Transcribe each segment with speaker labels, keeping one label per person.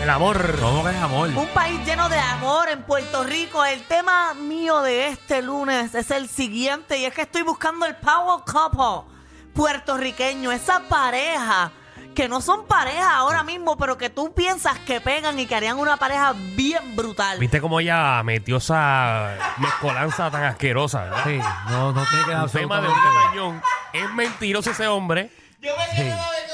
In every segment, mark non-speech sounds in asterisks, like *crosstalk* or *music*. Speaker 1: El amor.
Speaker 2: ¿Cómo que es amor?
Speaker 3: Un país lleno de amor en Puerto Rico. El tema mío de este lunes es el siguiente y es que estoy buscando el power couple puertorriqueño, esa pareja que no son pareja ahora mismo, pero que tú piensas que pegan y que harían una pareja bien brutal.
Speaker 1: ¿Viste cómo ella metió esa mezcolanza tan asquerosa? ¿verdad?
Speaker 2: Sí, no, no tiene que dar
Speaker 1: Un tema de
Speaker 2: absolutamente
Speaker 1: Olga
Speaker 2: nada.
Speaker 1: Tañón. Es mentiroso ese hombre.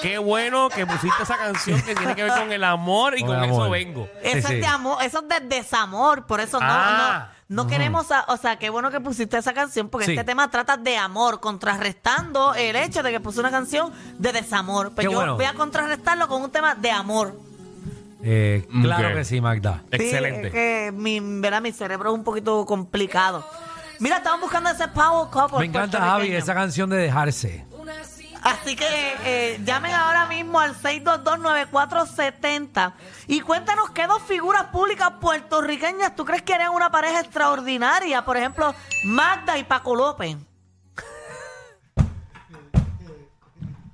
Speaker 1: Qué bueno que pusiste esa canción que tiene que ver con el amor y
Speaker 2: Con
Speaker 1: con,
Speaker 2: el
Speaker 1: eso
Speaker 2: amor.
Speaker 1: vengo.
Speaker 3: Eso,
Speaker 2: Sí,
Speaker 3: es de
Speaker 2: sí.
Speaker 3: amor, eso es de desamor, por eso no,
Speaker 1: Ah.
Speaker 3: no, no queremos, a- o sea, qué bueno que pusiste esa canción, porque
Speaker 2: Sí.
Speaker 3: este tema trata de amor, contrarrestando el hecho de que puse una canción de desamor. Pero
Speaker 2: Qué
Speaker 3: yo
Speaker 2: bueno.
Speaker 3: voy a contrarrestarlo con un tema de amor.
Speaker 2: Eh, claro
Speaker 1: Ok.
Speaker 2: que sí, Magda.
Speaker 3: Sí,
Speaker 1: Excelente.
Speaker 3: es que mi, ¿verdad? mi cerebro es un poquito complicado. Mira, estamos buscando ese power couple.
Speaker 2: Me encanta, Javi,
Speaker 3: puertorriqueño.
Speaker 2: esa canción de dejarse.
Speaker 3: Así que eh, llamen ahora mismo al 6229470 y cuéntanos qué dos figuras públicas puertorriqueñas tú crees que harían una pareja extraordinaria. Por ejemplo, Magda y Paco López.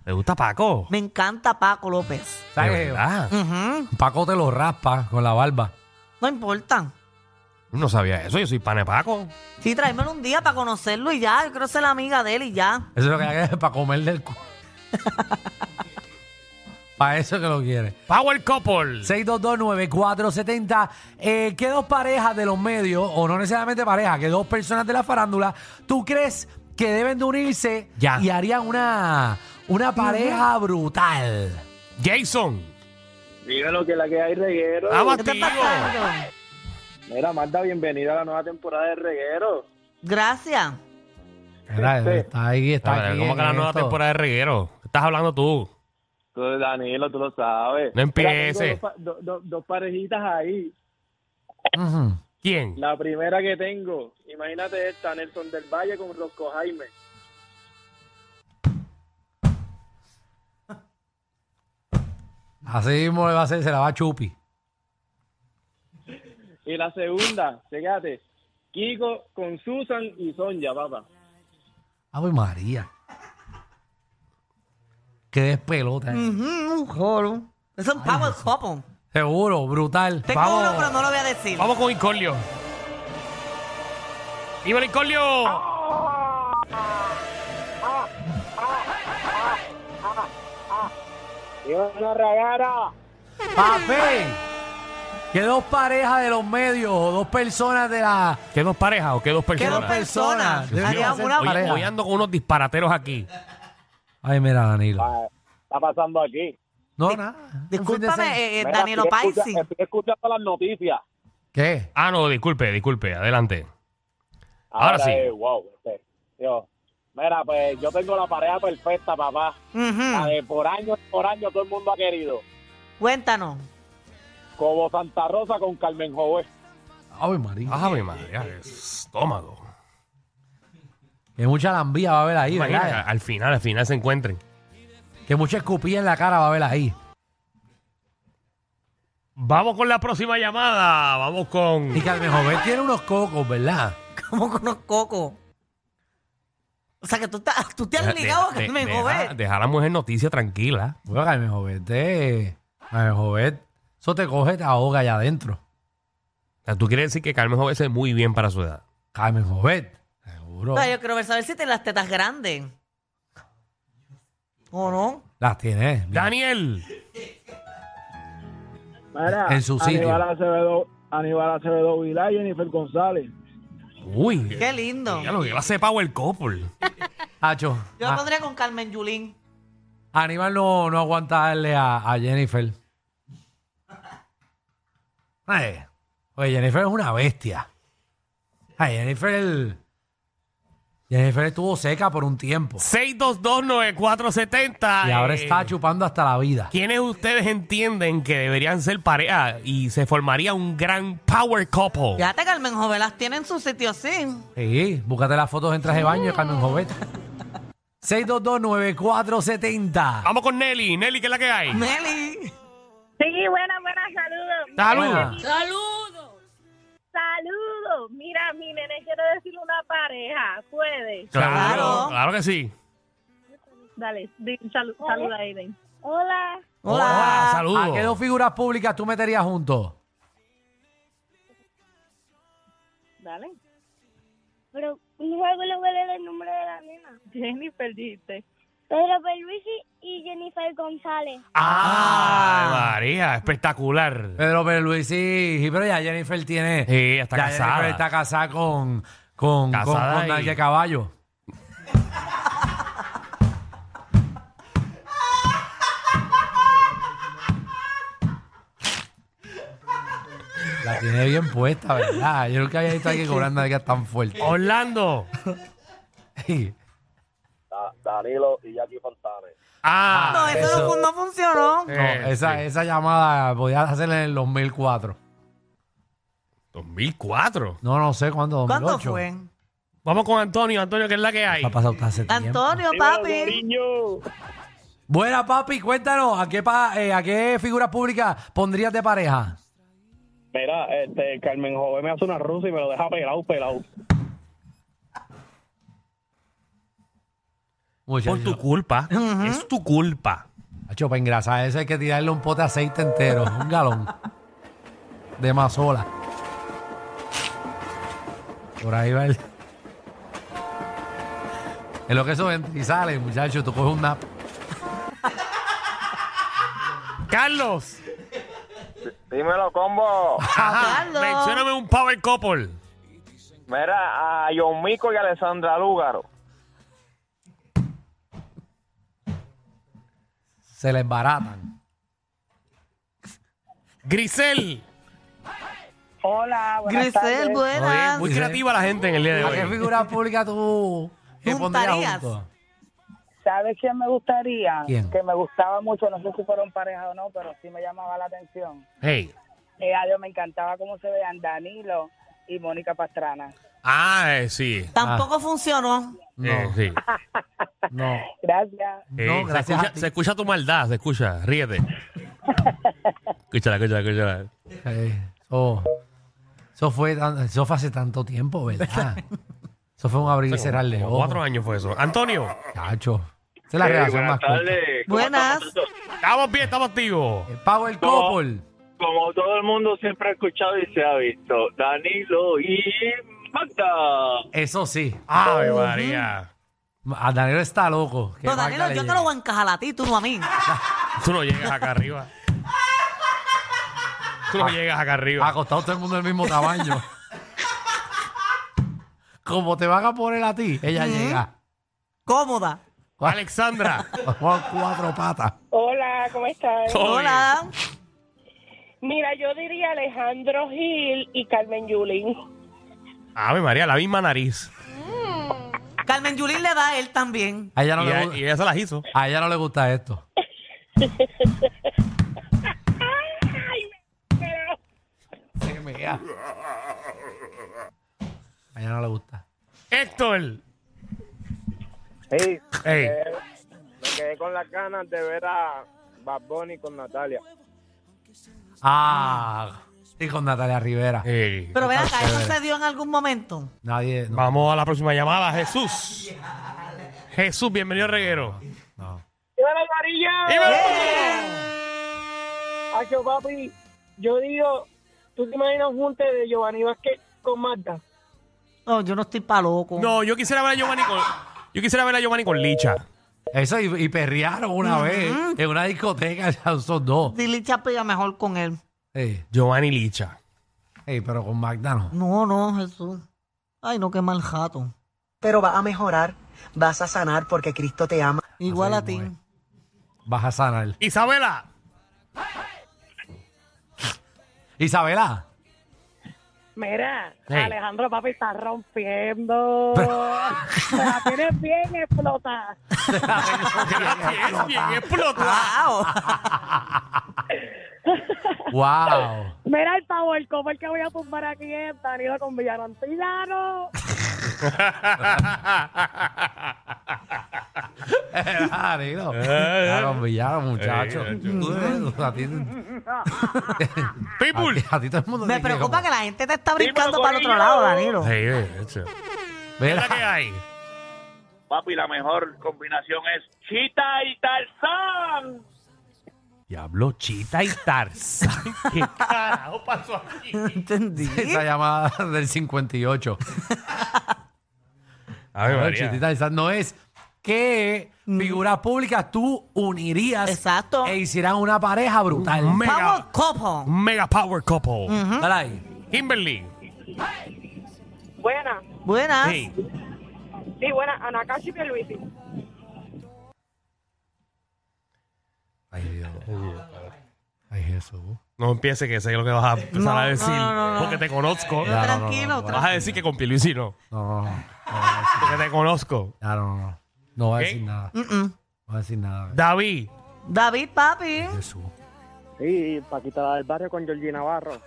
Speaker 1: ¿Te gusta Paco?
Speaker 3: Me encanta Paco López.
Speaker 2: ¿Sabes?
Speaker 1: De verdad.
Speaker 3: Ujú,
Speaker 2: Paco te lo raspa con la barba.
Speaker 3: No importa.
Speaker 1: No sabía eso. Yo soy pane Paco.
Speaker 3: Sí, tráemelo un día para conocerlo y ya. Yo quiero ser la amiga de él y ya.
Speaker 2: Eso es lo que
Speaker 1: Mm.
Speaker 2: hay para comer del culo. para eso que lo quiere.
Speaker 1: Power Couple.
Speaker 2: 6229470. Eh, ¿Qué dos parejas de los medios, o no necesariamente parejas, que dos personas de la farándula, tú crees que deben de unirse
Speaker 1: Ya.
Speaker 2: y harían una, una pareja brutal?
Speaker 1: Jason.
Speaker 4: Dígalo que la que hay reguero.
Speaker 1: Vamos
Speaker 3: ¿Qué te
Speaker 1: tío.
Speaker 3: pasa?
Speaker 4: Mira, Marta, bienvenida a la nueva temporada de reguero.
Speaker 3: Gracias.
Speaker 2: Mira,
Speaker 1: Este.
Speaker 2: está ahí, está
Speaker 1: Madre,
Speaker 2: aquí
Speaker 1: ¿Cómo
Speaker 2: en
Speaker 1: que la nueva
Speaker 2: esto.
Speaker 1: temporada de Reguero? ¿Qué estás hablando tú?
Speaker 4: Tú, Danilo, tú lo sabes.
Speaker 1: No
Speaker 4: Mira,
Speaker 1: empieces.
Speaker 4: tengo dos pa- do- do- dos parejitas ahí.
Speaker 2: Ujú.
Speaker 1: ¿Quién?
Speaker 4: La primera que tengo, imagínate esta, Nelson del Valle con Rosco Jaime.
Speaker 2: Así mismo le va a hacer, se la va a chupi.
Speaker 4: Y la segunda, fíjate, Kiko con Susan y Sonja, papá.
Speaker 2: Ay, María. Qué despelota. eh.
Speaker 3: Ujú, un joro. Es un power couple.
Speaker 2: Seguro, brutal.
Speaker 3: Tengo
Speaker 2: Vamos.
Speaker 3: uno, pero no lo voy a decir.
Speaker 1: Vamos con Incolio. ¡Dímelo, Incolio!
Speaker 4: Dímelo, Ragara.
Speaker 2: Papi, que dos parejas de los medios o dos personas de la...
Speaker 1: ¿Qué dos parejas o qué dos
Speaker 3: ¿Qué dos
Speaker 1: personas?
Speaker 3: personas?
Speaker 2: Dios mío.
Speaker 3: Harían
Speaker 2: Hoy-
Speaker 3: una
Speaker 1: Hoy-
Speaker 2: pareja?
Speaker 1: hoy ando con unos disparateros aquí.
Speaker 2: Ay, mira, Danilo.
Speaker 4: Ah, Está pasando aquí.
Speaker 2: No, nada. Un fin de
Speaker 3: Discúlpame,
Speaker 2: semana.
Speaker 3: eh, eh, Danilo Paisi.
Speaker 4: escuchando las noticias.
Speaker 2: ¿Qué?
Speaker 1: Ah, no, disculpe, disculpe, adelante. Ahora Ahora sí. es,
Speaker 4: wow. este, Mira, pues yo tengo la pareja perfecta, papá. La
Speaker 3: Ujú.
Speaker 4: Ah, de por año, por año todo el mundo ha querido.
Speaker 3: Cuéntanos.
Speaker 4: Como Santa Rosa con Carmen Jovet.
Speaker 2: Ay, María.
Speaker 1: Ah, mi madre, estómago.
Speaker 2: Que mucha lambía va a haber ahí,
Speaker 1: Imagina,
Speaker 2: ¿verdad?
Speaker 1: al final, al final se encuentren.
Speaker 2: Que mucha escupilla en la cara va a haber ahí.
Speaker 1: Vamos con la próxima llamada. Vamos con.
Speaker 2: Y Carmen Jovet tiene unos cocos, ¿verdad?
Speaker 3: Como con unos cocos. O sea, que tú, te- tú te has ligado a
Speaker 1: De- de-
Speaker 3: Carmen
Speaker 1: deja-
Speaker 3: Jovet.
Speaker 1: Deja a la mujer noticia tranquila.
Speaker 2: Bueno, Carmen Jovet, eh, Carmen Jovet, eso te coge, te ahoga allá adentro.
Speaker 1: O sea, tú quieres decir que Carmen Jovet se ve muy bien para su edad.
Speaker 2: Carmen Jovet, seguro.
Speaker 3: No, yo quiero ver, saber si tiene las tetas grandes. ¿O no?
Speaker 2: Las tiene. mira.
Speaker 1: Daniel.
Speaker 4: Mira,
Speaker 2: En su sitio.
Speaker 4: Aníbal Acevedo, Aníbal Acevedo Vilá y Jennifer González.
Speaker 1: Uy.
Speaker 3: Qué lindo.
Speaker 1: Ya lo Ah. que va a ser Power Couple.
Speaker 2: Hacho.
Speaker 3: Yo
Speaker 2: a-
Speaker 3: lo pondría con Carmen Yulín.
Speaker 2: Aníbal no, no aguanta darle a, a Jennifer. Ay, Eh, oye, Jennifer es una bestia. Ay, Jennifer. Jennifer estuvo seca por un tiempo.
Speaker 1: 6229470.
Speaker 2: Y ahora
Speaker 1: eh,
Speaker 2: está chupando hasta la vida.
Speaker 1: ¿Quiénes ustedes entienden que deberían ser pareja y se formaría un gran power couple?
Speaker 3: Fíjate, Carmen Jovelas tiene en su sitio sí.
Speaker 2: Sí, búscate las fotos en traje de baño de Carmen Jovet. 6229470.
Speaker 1: Vamos con Nelly. Nelly, ¿qué es la que hay?
Speaker 3: Meli.
Speaker 5: Sí, buenas, buenas, saludos.
Speaker 2: Buena.
Speaker 1: Salud.
Speaker 5: Saludos. Mira, mi nene quiere decir una pareja. Puede.
Speaker 1: Claro,
Speaker 3: Claro.
Speaker 1: claro que sí.
Speaker 5: Dale, di- salu- saluda a Aiden. Oh. Hola.
Speaker 1: Hola,
Speaker 3: Hola.
Speaker 2: ¿A qué dos
Speaker 1: saludos.
Speaker 2: figuras públicas tú meterías juntos?
Speaker 5: Dale. Pero no me acuerdo el nombre de la nena. Jennifer, dijiste. Pedro Perluisi y Jennifer González.
Speaker 1: Ah, María, espectacular.
Speaker 2: Pedro Perluisi, sí, pero ya Jennifer tiene.
Speaker 1: Sí, está
Speaker 2: ya
Speaker 1: casada.
Speaker 2: Jennifer está casada con. Con.
Speaker 1: Casada
Speaker 2: con, con
Speaker 1: y-
Speaker 2: nalga de caballo. La tiene bien puesta, ¿verdad? Yo nunca había visto a alguien con una nalga tan fuerte. *laughs*
Speaker 1: Orlando.
Speaker 4: Da- Danilo y Jackie Fontanes.
Speaker 1: Ah,
Speaker 3: No, eso no, fun- no funcionó.
Speaker 1: Eh,
Speaker 2: No, esa, esa llamada podías hacerla en el 2004.
Speaker 1: 2004.
Speaker 2: No, no sé cuándo, 2008.
Speaker 3: ¿Cuánto fue?
Speaker 1: Vamos con Antonio. Antonio, ¿qué es la que hay?
Speaker 2: Ha pasado hace tiempo.
Speaker 3: Antonio, Oh, papi.
Speaker 4: Niño.
Speaker 2: Buena, papi, cuéntanos, ¿a qué, pa- eh, ¿a qué figura pública pondrías de pareja?
Speaker 4: Mira, este, Carmen Joven me hace una rusa y me lo deja pelado, pelado.
Speaker 1: Por tu culpa. Es tu culpa.
Speaker 2: Hacho, para engrasar eso hay que tirarle un pote de aceite entero, un galón de mazola. Por ahí va el... Es lo que eso entra y sale, muchacho, tú coges un nap.
Speaker 1: Carlos.
Speaker 4: Dímelo, combo.
Speaker 2: Ah,
Speaker 1: Ajá,
Speaker 3: Carlos.
Speaker 1: Mencióname un power couple.
Speaker 4: Mira, a John Mico y Alessandra Lúgaro.
Speaker 2: Se le embaratan.
Speaker 1: Grisel.
Speaker 6: Hola, buenas
Speaker 3: Grisel,
Speaker 6: tardes.
Speaker 3: buenas.
Speaker 1: Muy
Speaker 2: Grisel.
Speaker 1: creativa la gente en el día de
Speaker 2: ¿A Ah, qué
Speaker 1: hoy.
Speaker 2: figura pública tú que pondrías
Speaker 3: ¿Juntarías?
Speaker 2: junto?
Speaker 6: ¿Sabes quién me gustaría?
Speaker 2: ¿Quién?
Speaker 6: Que me gustaba mucho, no sé si fueron pareja o no, pero sí me llamaba la atención.
Speaker 1: Hey.
Speaker 6: Eh, a Dios me encantaba cómo se veían Danilo y Mónica Pastrana.
Speaker 1: Ah, eh, sí.
Speaker 3: Tampoco funcionó.
Speaker 2: No,
Speaker 1: Eh, sí.
Speaker 2: no.
Speaker 6: *laughs* Gracias.
Speaker 1: Eh,
Speaker 2: *laughs*
Speaker 1: se,
Speaker 2: No, gracias a
Speaker 1: escucha,
Speaker 2: ti.
Speaker 1: se escucha tu maldad, se escucha.
Speaker 2: *laughs*
Speaker 1: Ríete. escúchala, escúchala, escúchala.
Speaker 2: Eh, Eso, eso fue, tan- eso fue hace tanto tiempo, ¿verdad? Eso fue un abrir y cerrar de
Speaker 1: Como
Speaker 2: ojos.
Speaker 1: Cuatro años fue eso. Antonio.
Speaker 2: Chacho. Esa es la relación más corta.
Speaker 3: Buenas.
Speaker 1: Estamos bien, estamos activos.
Speaker 2: El Eh, Power Couple.
Speaker 7: como todo el mundo siempre ha escuchado y se ha visto, Danilo y Magda.
Speaker 2: Eso sí.
Speaker 1: Ay, María.
Speaker 2: A Danilo está loco. que
Speaker 3: No,
Speaker 2: Magda
Speaker 3: Danilo,
Speaker 2: le
Speaker 3: yo te
Speaker 2: llegue.
Speaker 3: lo voy a encajar a ti, tú no a mí.
Speaker 1: Tú no llegas acá arriba. Tú no llegas acá
Speaker 2: Ha
Speaker 1: arriba.
Speaker 2: costado todo el mundo del mismo
Speaker 3: *laughs*
Speaker 2: tamaño. Como te van a poner a ti, ella llega.
Speaker 3: Cómoda.
Speaker 1: *laughs* Alexandra.
Speaker 2: Con cuatro patas.
Speaker 5: Hola, ¿cómo estás?
Speaker 1: Todo bien.
Speaker 3: Hola.
Speaker 5: Mira, yo diría Alejandro Gil y Carmen Yulín.
Speaker 1: Ave María, la misma nariz.
Speaker 3: Carmen Yulín le da a él también.
Speaker 2: A ella no
Speaker 1: Y
Speaker 2: le
Speaker 1: ella,
Speaker 2: gusta-
Speaker 1: y ella se las hizo.
Speaker 2: A ella no le gusta esto. Se mea. A ella no le gusta.
Speaker 1: Héctor.
Speaker 4: Sí,
Speaker 1: Hey.
Speaker 4: me quedé con las ganas de ver a Bad Bunny con Natalia.
Speaker 2: Ah, y con Natalia Rivera.
Speaker 1: Hey.
Speaker 3: Pero ven acá, eso se dio en algún momento.
Speaker 2: Nadie. No,
Speaker 1: Vamos a la próxima llamada, Jesús. Jesús, bienvenido al reguero.
Speaker 2: no.
Speaker 6: ¡Hola, María!
Speaker 1: ¡Y vamos!
Speaker 6: Acho, papi, yo digo, ¿tú te imaginas junte de Giovanni Vázquez con Magda?
Speaker 3: No, yo no estoy pa' loco.
Speaker 1: No, yo quisiera ver a Giovanni con. Yo quisiera ver a Giovanni con Licha.
Speaker 2: Eso y, y perrearon una vez en una discoteca, *laughs* ya son dos.
Speaker 3: Dilicha pega mejor con él.
Speaker 2: Sí,
Speaker 1: Giovanni Licha.
Speaker 2: Sí, pero con Magda no.
Speaker 3: No, no, Jesús. Ay, no, qué mal jato.
Speaker 8: Pero vas a mejorar, vas a sanar porque Cristo te ama.
Speaker 3: Igual a
Speaker 2: Así
Speaker 3: ti.
Speaker 2: mismo Vas a sanar.
Speaker 1: Isabela.
Speaker 2: Isabela.
Speaker 6: Mira,
Speaker 2: Hey.
Speaker 6: Alejandro, papi, está rompiendo. Te la tienes bien explotada.
Speaker 1: Es bien explotado.
Speaker 3: ¡Wow!
Speaker 2: wow.
Speaker 6: Mira el power cover que voy a tumbar aquí es Danilo con Villano Antillano.
Speaker 2: Danilo. Claro, villano, muchacho.
Speaker 1: Eh,
Speaker 2: Tú eres- *laughs* a ti- a
Speaker 1: People.
Speaker 2: ti- a ti todo el mundo
Speaker 3: Me
Speaker 2: te quiere
Speaker 3: preocupa
Speaker 2: como-
Speaker 3: que la gente te está
Speaker 7: Dímelo,
Speaker 3: brincando para el otro
Speaker 7: corillo.
Speaker 3: lado, Danilo.
Speaker 1: Sí, de hecho. ¿Qué es la que
Speaker 2: Mira,
Speaker 1: hay?
Speaker 7: Papi, la mejor combinación es Chita y Tarzán.
Speaker 1: Diablo, Chita y Tarzán. *laughs* ¿Qué carajo pasó aquí?
Speaker 3: *laughs* Entendí.
Speaker 2: esa llamada del 58.
Speaker 1: A ver,
Speaker 2: Bueno,
Speaker 1: María.
Speaker 2: chistita, esa no es que figuras públicas tú unirías
Speaker 3: Exacto.
Speaker 2: e hicieran una pareja brutal.
Speaker 1: Un mega,
Speaker 3: Power couple.
Speaker 1: un mega power couple.
Speaker 2: Dale ahí.
Speaker 1: Kimberly.
Speaker 6: Buena.
Speaker 3: Buenas.
Speaker 1: Hey.
Speaker 6: Sí, buena. Anakashi y Luisi.
Speaker 2: Ay, Dios. Ay, Jesús.
Speaker 1: No empiece que sé lo que vas a empezar
Speaker 3: No,
Speaker 1: a decir.
Speaker 3: no, no, no.
Speaker 1: Porque te conozco.
Speaker 2: no, no,
Speaker 3: tranquilo,
Speaker 2: no, no.
Speaker 1: Vas a decir que con Pierluisi no.
Speaker 2: No, no, no.
Speaker 1: Porque te conozco.
Speaker 2: Ya, no, no, no. No voy a
Speaker 1: ¿Qué?
Speaker 2: decir nada. No
Speaker 3: Mm-mm.
Speaker 2: voy a decir nada.
Speaker 1: David.
Speaker 3: David, papi.
Speaker 2: Jesús.
Speaker 4: Sí, Paquita la del barrio con Georgina Navarro.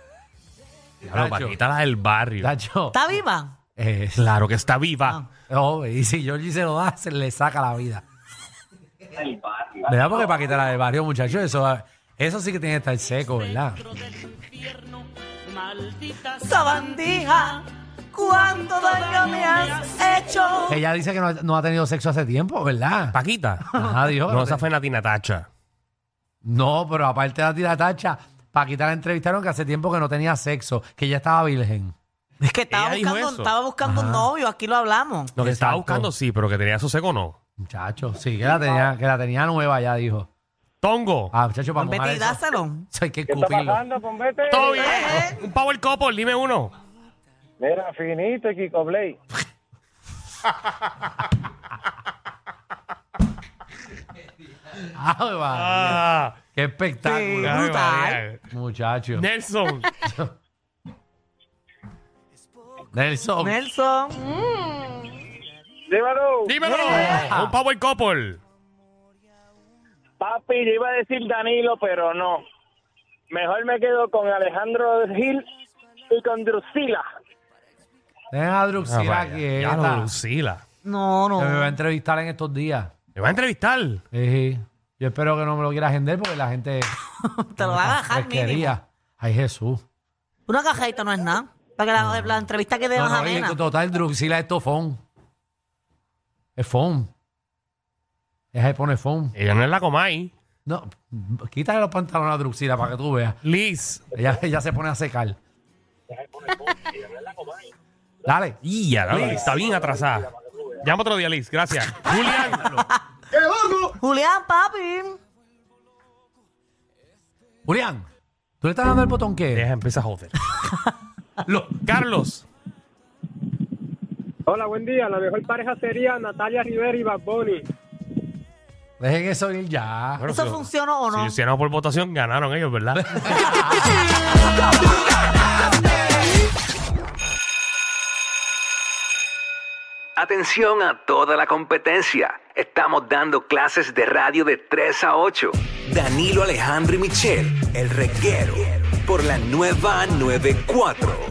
Speaker 1: Claro,
Speaker 2: Nacho.
Speaker 1: Paquita la del barrio.
Speaker 2: Tacho.
Speaker 3: ¿Está viva?
Speaker 2: Eh,
Speaker 1: Claro que está viva.
Speaker 3: Ah.
Speaker 2: oh, y si Georgie se lo da, se le saca la vida. ¿Verdad? Porque para quitar la del barrio, muchachos, eso, eso sí que tiene que estar seco, ¿verdad?
Speaker 3: Sabandija, cuánto daño me has hecho.
Speaker 2: Ella dice que no, ha- no ha tenido sexo hace tiempo, ¿verdad?
Speaker 1: Paquita.
Speaker 2: Ajá, Dios.
Speaker 1: No, esa fue Natina Tacha.
Speaker 2: No, pero aparte de la tira tacha, Paquita la entrevistaron que hace tiempo que no tenía sexo, que ella estaba virgen.
Speaker 3: Es que estaba
Speaker 1: Ella dijo
Speaker 3: buscando,
Speaker 1: eso.
Speaker 3: estaba buscando un novio, aquí lo hablamos.
Speaker 1: Lo que estaba
Speaker 2: Exacto.
Speaker 1: buscando, sí, pero que tenía su seco no.
Speaker 2: Muchachos, sí, que la tenía, que la tenía nueva ya, dijo.
Speaker 1: Tongo.
Speaker 2: Ah, muchachos, para mojar
Speaker 3: Betty,
Speaker 2: eso,
Speaker 3: dáselo.
Speaker 2: *laughs* eso hay que
Speaker 4: ¿Qué está
Speaker 2: escupirlo.
Speaker 4: pasando, convete?
Speaker 1: Todo bien.
Speaker 3: Eh,
Speaker 1: Un power couple, dime uno.
Speaker 4: Mira, finito y Kiko Blade.
Speaker 2: Ay, María,
Speaker 1: Ah,
Speaker 2: ¡Qué espectáculo!
Speaker 1: Ave
Speaker 3: brutal.
Speaker 1: María.
Speaker 2: Muchachos.
Speaker 1: Nelson.
Speaker 3: *laughs*
Speaker 2: Nelson.
Speaker 3: Nelson,
Speaker 4: Dímelo.
Speaker 1: Dímelo.
Speaker 3: Eh.
Speaker 1: Un power couple.
Speaker 4: Papi, le iba a decir Danilo, pero no. Mejor me quedo con Alejandro Gil y con Drusila.
Speaker 2: Dejen a Druxila
Speaker 1: Ah, ya
Speaker 2: quieta,
Speaker 1: lo, Lucila.
Speaker 3: no,
Speaker 2: que me va a
Speaker 3: no.
Speaker 2: entrevistar en estos días.
Speaker 1: Me va a entrevistar.
Speaker 2: Sí, sí. Yo espero que no me lo quiera agender porque la gente...
Speaker 3: Te lo van a dejar mínimo.
Speaker 2: fresquería. Ay, Jesús.
Speaker 3: Una cajadita no es nada. Para que la, la entrevista quede
Speaker 2: No,
Speaker 3: más
Speaker 2: no, y en
Speaker 3: amena.
Speaker 2: total, Druxila es tofón. Es fon. Ella se pone fon.
Speaker 1: Ella no es la Comay.
Speaker 2: No, quítale los pantalones a Druxila para que tú veas.
Speaker 1: Liz.
Speaker 2: Ella, ella se pone a secar. Dale.
Speaker 1: Y ya, la- está bien atrasada. Llama otro día, Liz. Gracias. Julián.
Speaker 3: Julián, papi.
Speaker 2: Julián, ¿tú le estás dando el botón qué?
Speaker 1: Deja, empieza a joder. Lo- Carlos.
Speaker 6: Hola, buen día. La mejor pareja sería Natalia Rivera y Bad Bunny.
Speaker 2: Dejen eso ir ya.
Speaker 1: Bueno,
Speaker 3: ¿Eso
Speaker 1: si-
Speaker 3: funcionó o
Speaker 1: Si
Speaker 3: no?
Speaker 1: hicieron por votación, ganaron ellos, ¿verdad?
Speaker 9: Atención a toda la competencia. Estamos dando clases de radio de 3 a 8. Danilo Alejandro y Michel, el reguero, por la nueva 94.